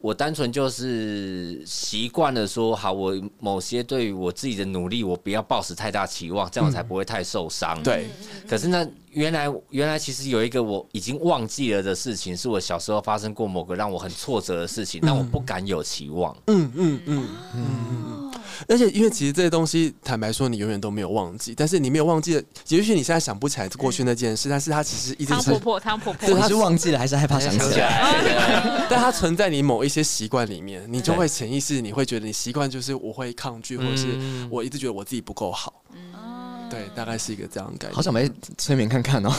我单纯就是习惯了说好，我某些对于我自己的努力，我不要抱持太大期望，这
嗯
样我才不会太受伤。
对，
可是呢，原来原来其实有一个我已经忘记了的事情，是我小时候发生过某个让我很挫折的事情，
嗯
让我不敢有期望。
嗯嗯嗯嗯嗯，嗯，而且因为其实这些东西，坦白说，你永远都没有忘记，但是你没有忘记的，也许你现在想不起来过去那件事，但是它其实一直
汤婆
是，
婆，汤婆
对
婆
你
他
是忘记了还是害怕想起来？
来，
但它存在你某一些习惯里面，你就会潜意识，你会觉得你习惯就是我会抗拒，或者是我一直觉得我自己不够好，对，大概是一个这样的概
好
念。
想被催眠看看哦。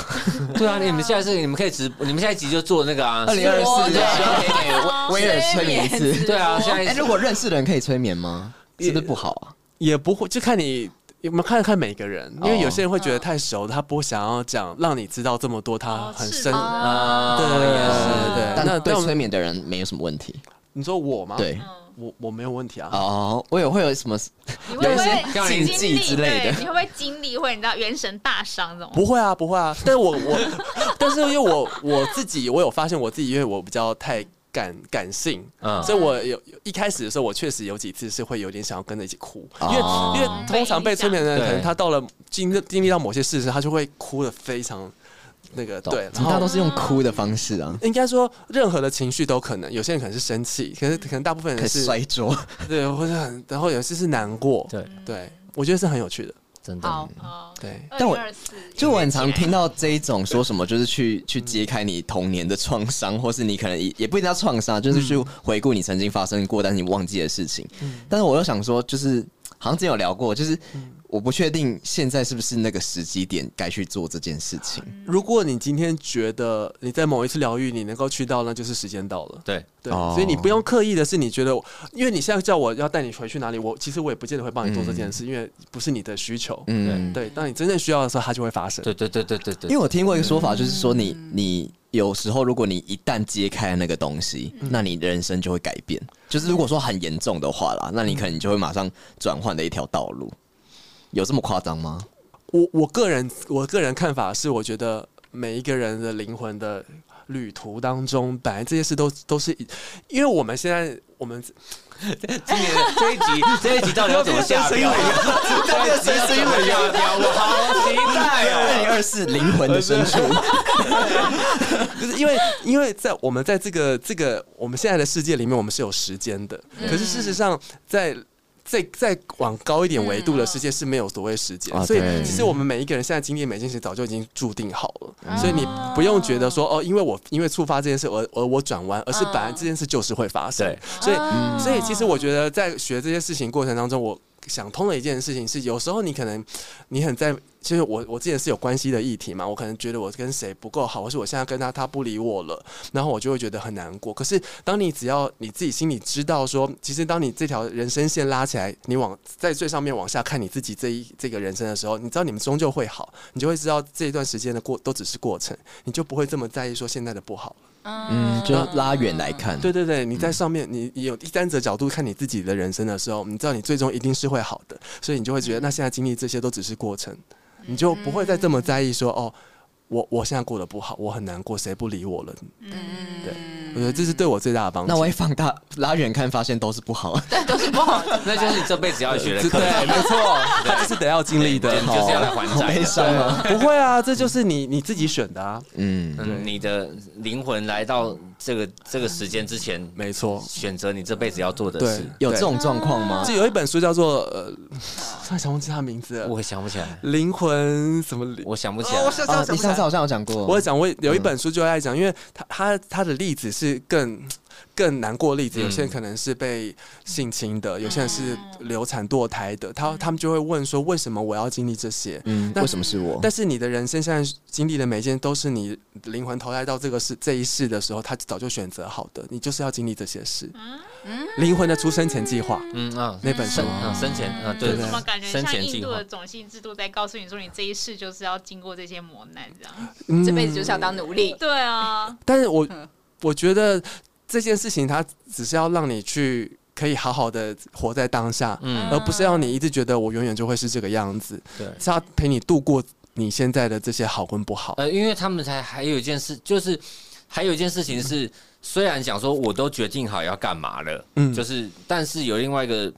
对啊，你们下一次你们可以直，你们下一集就做那个啊
二，零二四，
对
希望可以
哦
给威威尔催眠一次。
对啊，下
哎、
一次
如果认识的人可以催眠吗？是不是不好啊？
也不会，就看你有没有看看每个人，因为
哦
有些人会觉得太熟，他不想要讲，让你知道这么多，他
哦
很
是
深。
的
啊，
对对对
也
对对，
但
那啊
对
但
催眠的人没有什么问题。
你说我吗？
嗯
对，
我我没有问题啊。
哦，我也会有什么
你会不
有一
会
些
经
禁忌
历
之类的
对你会不会经历会你知道元神大伤这种？
不会啊，不会啊。但是我我，但是因为我我自己，我有发现我自己，因为我比较太感感性，
啊
嗯
所以我有一开始的时候，我确实有几次是会有点想要跟着一起哭，因为、
哦
因为通常被催眠的人，
对
可能他到了经历经历到某些事实，他就会哭的非常那个对，
怎
然
么大家
后
都。是用哭的方式啊？
应该说，任何的情绪都可能，有些人可能是生气，可是可能大部分
可
人
以
是
摔桌，
对，或者很，然后有些是难过，
对，
对，我觉得是很有趣的，
真的
好，嗯
哦，
对，
但我
2024
就我很常
一起
听到这一种说什么，就是去去揭开你童年的创伤，或是你可能也也不一定要创伤，就是去回顾你曾经发生过但是你忘记的事情。但是我又想说，就是好像之前有聊过，就是我不确定现在是不是那个时机点该去做这件事情。
如果你今天觉得你在某一次疗愈你能够去到，那就是时间到了。
对，
对，
哦
所以你不用刻意的是，你觉得我，因为你现在叫我要带你回去哪里，我其实我也不见得会帮你做这件事，因为不是你的需求。
嗯，
对，当你真正需要的时候，它就会发生。
对对对对对对，
因为我听过一个说法，就是说你你有时候如果你一旦揭开那个东西，那你的人生就会改变。就是如果说很严重的话啦，那你可能就会马上转换的一条道路。有这么夸张吗？
我我个人我个人看法是，我觉得每一个人的灵魂的旅途当中，本来这些事都都是一，因为我们现在我们
今年的这一集这一集到底要怎么下标？这个谁新的要标？我好期
哎
待
二
哦！
零二四灵魂的深 处，
就是因为因为在我们在这个这个我们现在的世界里面，我们是有时间的，可是事实上在。再再往高一点维度的世界是没有所谓时间，
啊
所以
对
其实我们每一个人现在经历的每件事早就已经注定好了，
嗯
所以你不用觉得说哦，因为我因为触发这件事而而我转弯，而是本来这件事就是会发生
对。
所以所以其实我觉得在学这些事情过程当中，我想通了一件事情是，有时候你可能你很在，就是我我之前是有关系的议题嘛，我可能觉得我跟谁不够好，或是我现在跟他他不理我了，然后我就会觉得很难过。可是当你只要你自己心里知道说，其实当你这条人生线拉起来，你往在最上面往下看你自己这一这个人生的时候，你知道你们终究会好，你就会知道这一段时间的过都只是过程，你就不会这么在意说现在的不好。
嗯，就拉远来看，
对对对，你在上面，你你有第三者角度看你自己的人生的时候，你知道你最终一定是会好的，所以你就会觉得，那现在经历这些都只是过程，你就不会再这么在意说，哦，我我现在过得不好，我很难过，谁不理我了？
嗯
我觉得这是对我最大的帮助。
那万一放大拉远看，发现都是不好。
那就是你这辈子要学的
这
课，
对，没错，他就是得要经历的
对，你就是要来还
好
债
悲
的。
伤啊！
不会啊，这就是你你自己选的啊，
嗯，
嗯，你的灵魂来到这个这个时间之前，
没错，
选择你这辈子要做的
对
事，，
有这种状况吗？
这有一本书叫做呃，突然想忘记他名字了，
我想不起来，
灵魂什么灵？
我想不起来。
想
啊，你上次好像有讲过，
我有讲，我有一本书就在讲，因为他他他的例子是更更难过的例子，有些人可能是被性侵
嗯
的，有些人是流产堕胎的，他他们就会问说，为什么我要经历这些？
嗯，
那
为什么是我？
但是你的人生现在经历的每一件，都是你灵魂投胎到这个世这一世的时候，他早就选择好的，你就是要经历这些事。
嗯
灵魂的出生前计划
嗯啊，
那本书
生，嗯生前啊，对
对
怎么感觉
生
像
前
印
计
度
划
的。种姓制度在告诉你说，你这一世就是要经过这些磨难，这样？
嗯
这辈子就是嗯要当奴隶。
对啊，
但是我我觉得这件事情，它只是要让你去可以好好的活在当下，
嗯
而
啊
不是让你一直觉得我永远就会是这个样子，
对
是要陪你度过你现在的这些好跟不好。
呃，因为他们才还有一件事，就是还有一件事情是，虽然讲说我都决定好要干嘛了，
嗯
就是但是有另外一个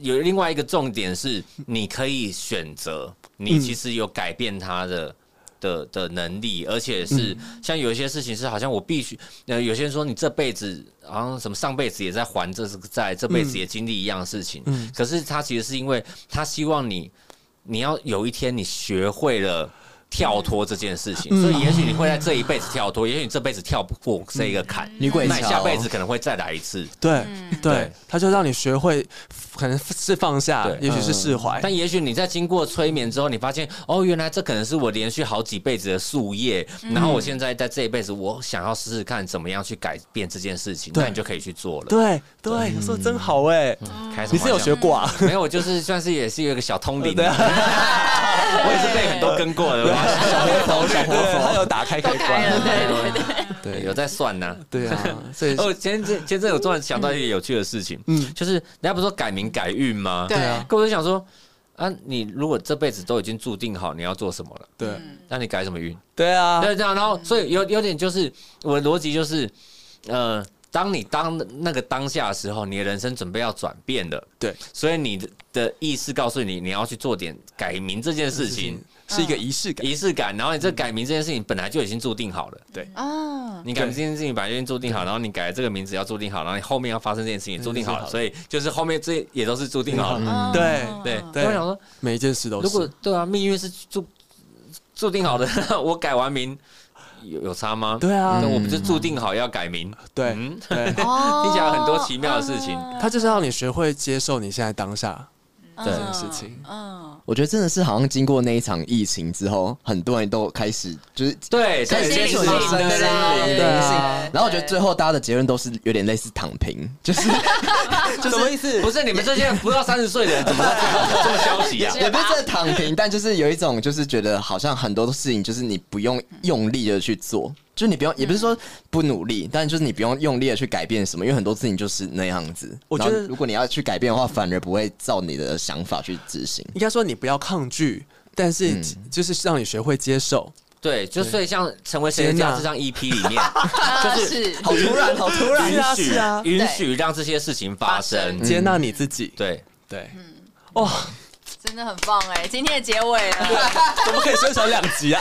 有另外一个重点是，你可以选择，你
嗯
其实有改变它的。的的能力，而且是
嗯
像有一些事情是好像我必须，呃，有些人说你这辈子好像什么上辈子也在还这是债，这辈子也经历一样的事情，
嗯
可是他其实是因为他希望你你要有一天你学会了。跳脱这件事情，
嗯
所以也许你会在这一辈子跳脱，也许你这辈子跳不过这一个坎，
嗯
女鬼
那你
桥
下辈子可能会再来一次，
对
嗯
对
对，
他就让你学会，可能是放下，
对
也许是释怀。
但也许你在经过催眠之后，你发现哦，原来这可能是我连续好几辈子的夙夜，
嗯
然后我现在在这一辈子，我想要试试看怎么样去改变这件事情，
对
那你就可以去做了。
对对，有时候真好哎，
开什么
你是有
玩笑
学过啊？
没有，我就是算是也是有一个小通 灵的，我也是被很多跟过的，我小活佛，小活
对，他
佛，
有打开开关，
对对嗯对，有在算呢、
对啊，所以
哦，前阵前阵我突然想到一个有趣的事情，嗯，就是人家不是说改名改运吗？
对啊，
可我就想说，啊，你如果这辈子都已经注定好你要做什么了，
对
嗯
那你改什么运？
对啊，
对，这样，然后所以有有点就是我的逻辑就是，呃，当你当那个当下的时候，你的人生准备要转变了，
对，
所以你的的意识告诉你，你要去做点改名这件事情。
是一个仪式感。
仪式感，然后你这改名这件事情本来就已经注定好了。
啊，
你改名这件事情本来就已经注定好，然后你改这个名字要注定好，然后你后面要发生这件事情也注定好了，所以就是后面这也都是注定好
嗯
了。
对
对，
对
我想说，
每一件事都
如果
是。
对啊，命运是注注定好的， 我改完名有有差吗？
对啊
那，我不是注定好要改名？
对
嗯，
对，
哦嗯
听起来有很多奇妙的事情。
他就是让你学会接受你现在当下，这件事情。
嗯，
我觉得真的是好像经过那一场疫情之后，很多人都开始就是
对，
开始接
对
触
对
到
对
身心灵
对
灵
啊
性，然后我觉得最后大家的结论都是有点类似躺平，就是
什么意思？
不是你们这些不到三十岁的人，怎么会知道有这么消息 啊？
也不是真的躺平，但就是有一种就是觉得好像很多的事情就是你不用用力的去做，就是你不用也不是说不努力，但就是你不用用力的去改变什么，因为很多事情就是那样子。
我觉得
然后如果你要去改变的话，反而不会照你的想法去执行。
应该说你不要抗拒，但
嗯
是就是让你学会接受。
对，就所以像成为谁的
天
这样
哪
这张 EP 里 面，
是
好突然，好突然！
啊
允许
是啊
允许让这些事情发生。
接纳你自己，
嗯对，
对，哇、
真的很棒哎，今天的结尾了，
怎么可以宣传两集啊？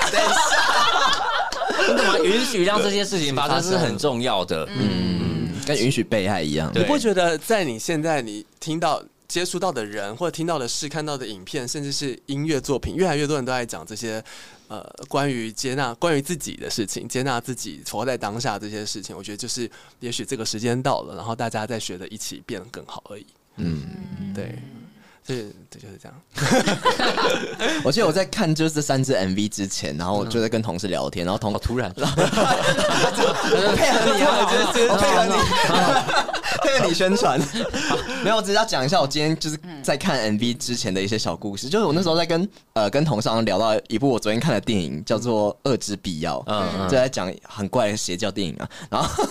怎么 允许让这些事情发生是很重要的。嗯，
嗯，跟允许被害一样。
你
对
不觉得在你现在你听到接触到的人，或者听到的事、看到的影片，甚至是音乐作品，越来越多人都在讲这些呃关于接纳、关于自己的事情，接纳自己、活在当下这些事情？我觉得就是，也许这个时间到了，然后大家在学着一起变得更好而已。嗯，对，这这就是这样。
我记得我在看就是这三支 MV 之前，然后我就在跟同事聊天，然后同
好突 然，嗯
我配合你啊，就是我配合你，配合你宣传。没有，我只是要讲一下我今天就是在看 MV 之前的一些小故事。就是我那时候在跟呃跟同上聊到一部我昨天看的电影，叫做《恶之必要》，
嗯嗯
就在讲很怪的邪教电影啊。然后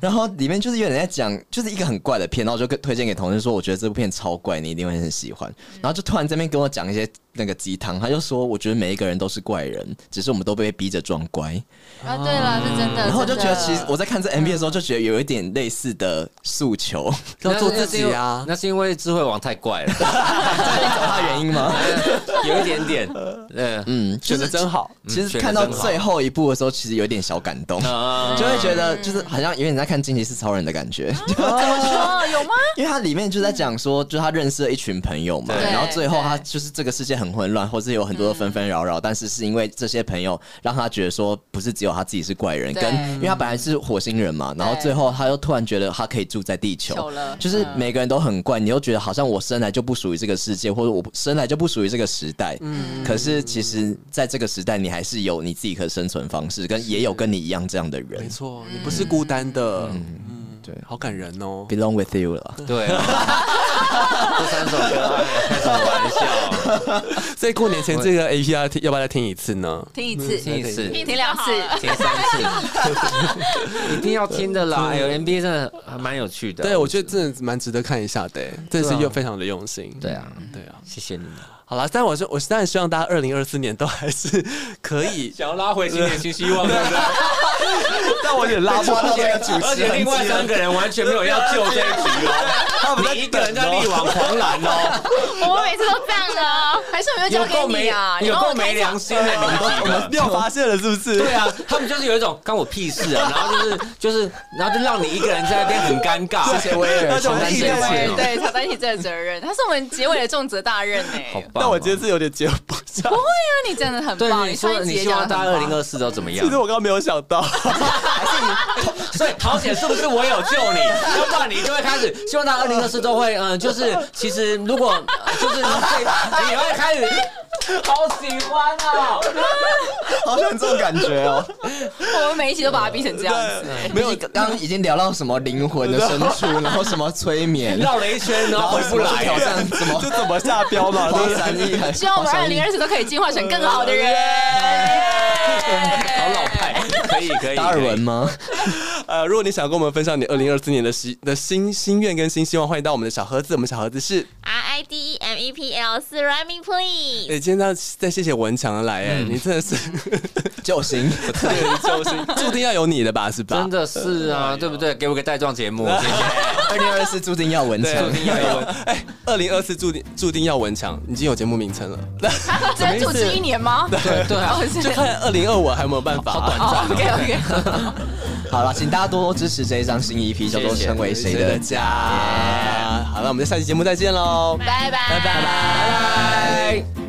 然后里面就是有人在讲，就是一个很怪的片，然后我就跟推荐给同事说，我觉得这部片超怪，你一定会很喜欢。然后就突然这边跟我讲一些那个鸡汤，他就说，我觉得每一个人都是怪人，只是我们都被逼着装乖。
啊，对了，是真的，
嗯然后我就
真
觉
的嗯
得，其实我在看这 MV 的时候，就觉得有一点类似的诉求，
要做自己啊
那是因为智慧王太怪了，
找 他原因吗？
有一点点，嗯
嗯，就
选的
是
真好，
其实看到最后一部的时候，其实有点小感动，
啊，
就会觉得就是好像有点在看《惊奇四超人》的感觉，
哦，有吗？
因为他里面就在讲说，就是他认识了一群朋友嘛，
对
然后最后他就是这个世界很混乱，或是有很多的纷纷扰
嗯
扰，但是是因为这些朋友让他觉得说，不是只有他自己是怪人，
对
跟因为他本来是火星人嘛，然后最后他又突然觉得他可以住在地球，
久了，嗯
就是
嗯
每个人都很怪，你又觉得好像我生来就不属于这个世界，或者我生来就不属于这个时代。可是其实在这个时代，你还是有你自己的生存方式，跟也有跟你一样这样的
没
人
错，你不是孤单的，嗯，
对
好感人哦。
，belong with you 了。
对啊。这三首歌，哎呀开什么玩笑？
所以过年前这个 A P R 要不要再听一次呢？
听一次，
听一次，
听
嗯听两 次，
听三次， 一定要听的啦！哎呦，NBA 真的还蛮有趣的。
对，我觉得真的蛮值得看一下的，这是
对啊
又非常的用心。
对啊，
对啊，
谢谢你们。，
好了，但我是我当然希望大家二零二四年都还是可以
想要拉回新年新希望，对不对？
但我有点拉不
抓到这个主
而且另外三个人完全没有要救这一局 哦，你一个人在力挽狂澜 哦，
我们每次都这样的哦。
还是我们就
有
交
够
给
没
你啊，
有
你帮
够
我
没
开场
良心的你们几个。
又发现了是不是？
对啊，他们就是有一种干我屁事啊，然后就是就是，然后就让你一个人在那边很尴尬。
谢谢威尔
那就
承担这一
我
啊
们
切
一
对
人。
对，承担起这个责任，他是我们结尾的重责大任
好
哎。
棒哦！
但我今天是有点接不上，
啊那你真的很棒，
对你说，
上一
你
集也
希
讲
望
得
大家
很
二
棒
零二四都怎么样
其？实我刚刚没有想 到，
所以桃姐是不是我有救你？要不然你就会开始希望他二零二四都会，嗯、就是其实如果、呃就是你会你会开始，好喜欢哦，
好像这种感觉哦。
我们每一集都把他逼成这样子，
嗯
没有，刚刚已经聊到什么灵魂的深处，然后什么催 眠，
绕了一圈然后回
什
不
么
来
挑。战什么
就怎么下标嘛，对
黄
不对？
三亿，
希望我们
黄
二
闪翼
零二四都可以进化成更好的人。
好老派，可以可以。
达尔文
可以
吗？
呃，如果你想跟我们分享你二零二四年的希的新心愿跟新希望，欢迎到我们的小盒子，我们小盒子是
R I D E M E P L 四 Rhyming
哎、
Please，
今天要再谢谢文强来哎、
嗯
你真的是
救星，
就是 注定要有你的吧，是 吧？
真的是啊，对不对？给我个带状节目，谢谢。
二零二四注定要
啊
文
对，
强
注。定要有哎，二零二四注定注定要文强，已经有节目名称了，
只能主持一年吗？
对对啊，
就看二零二五还有没有办法、啊。
哦，OK OK，
好了，请大家多多支持这一张新 EP，叫做《
谢谢
成为谁的家》。
好了，我们就下期节目再见喽，
拜拜
拜拜。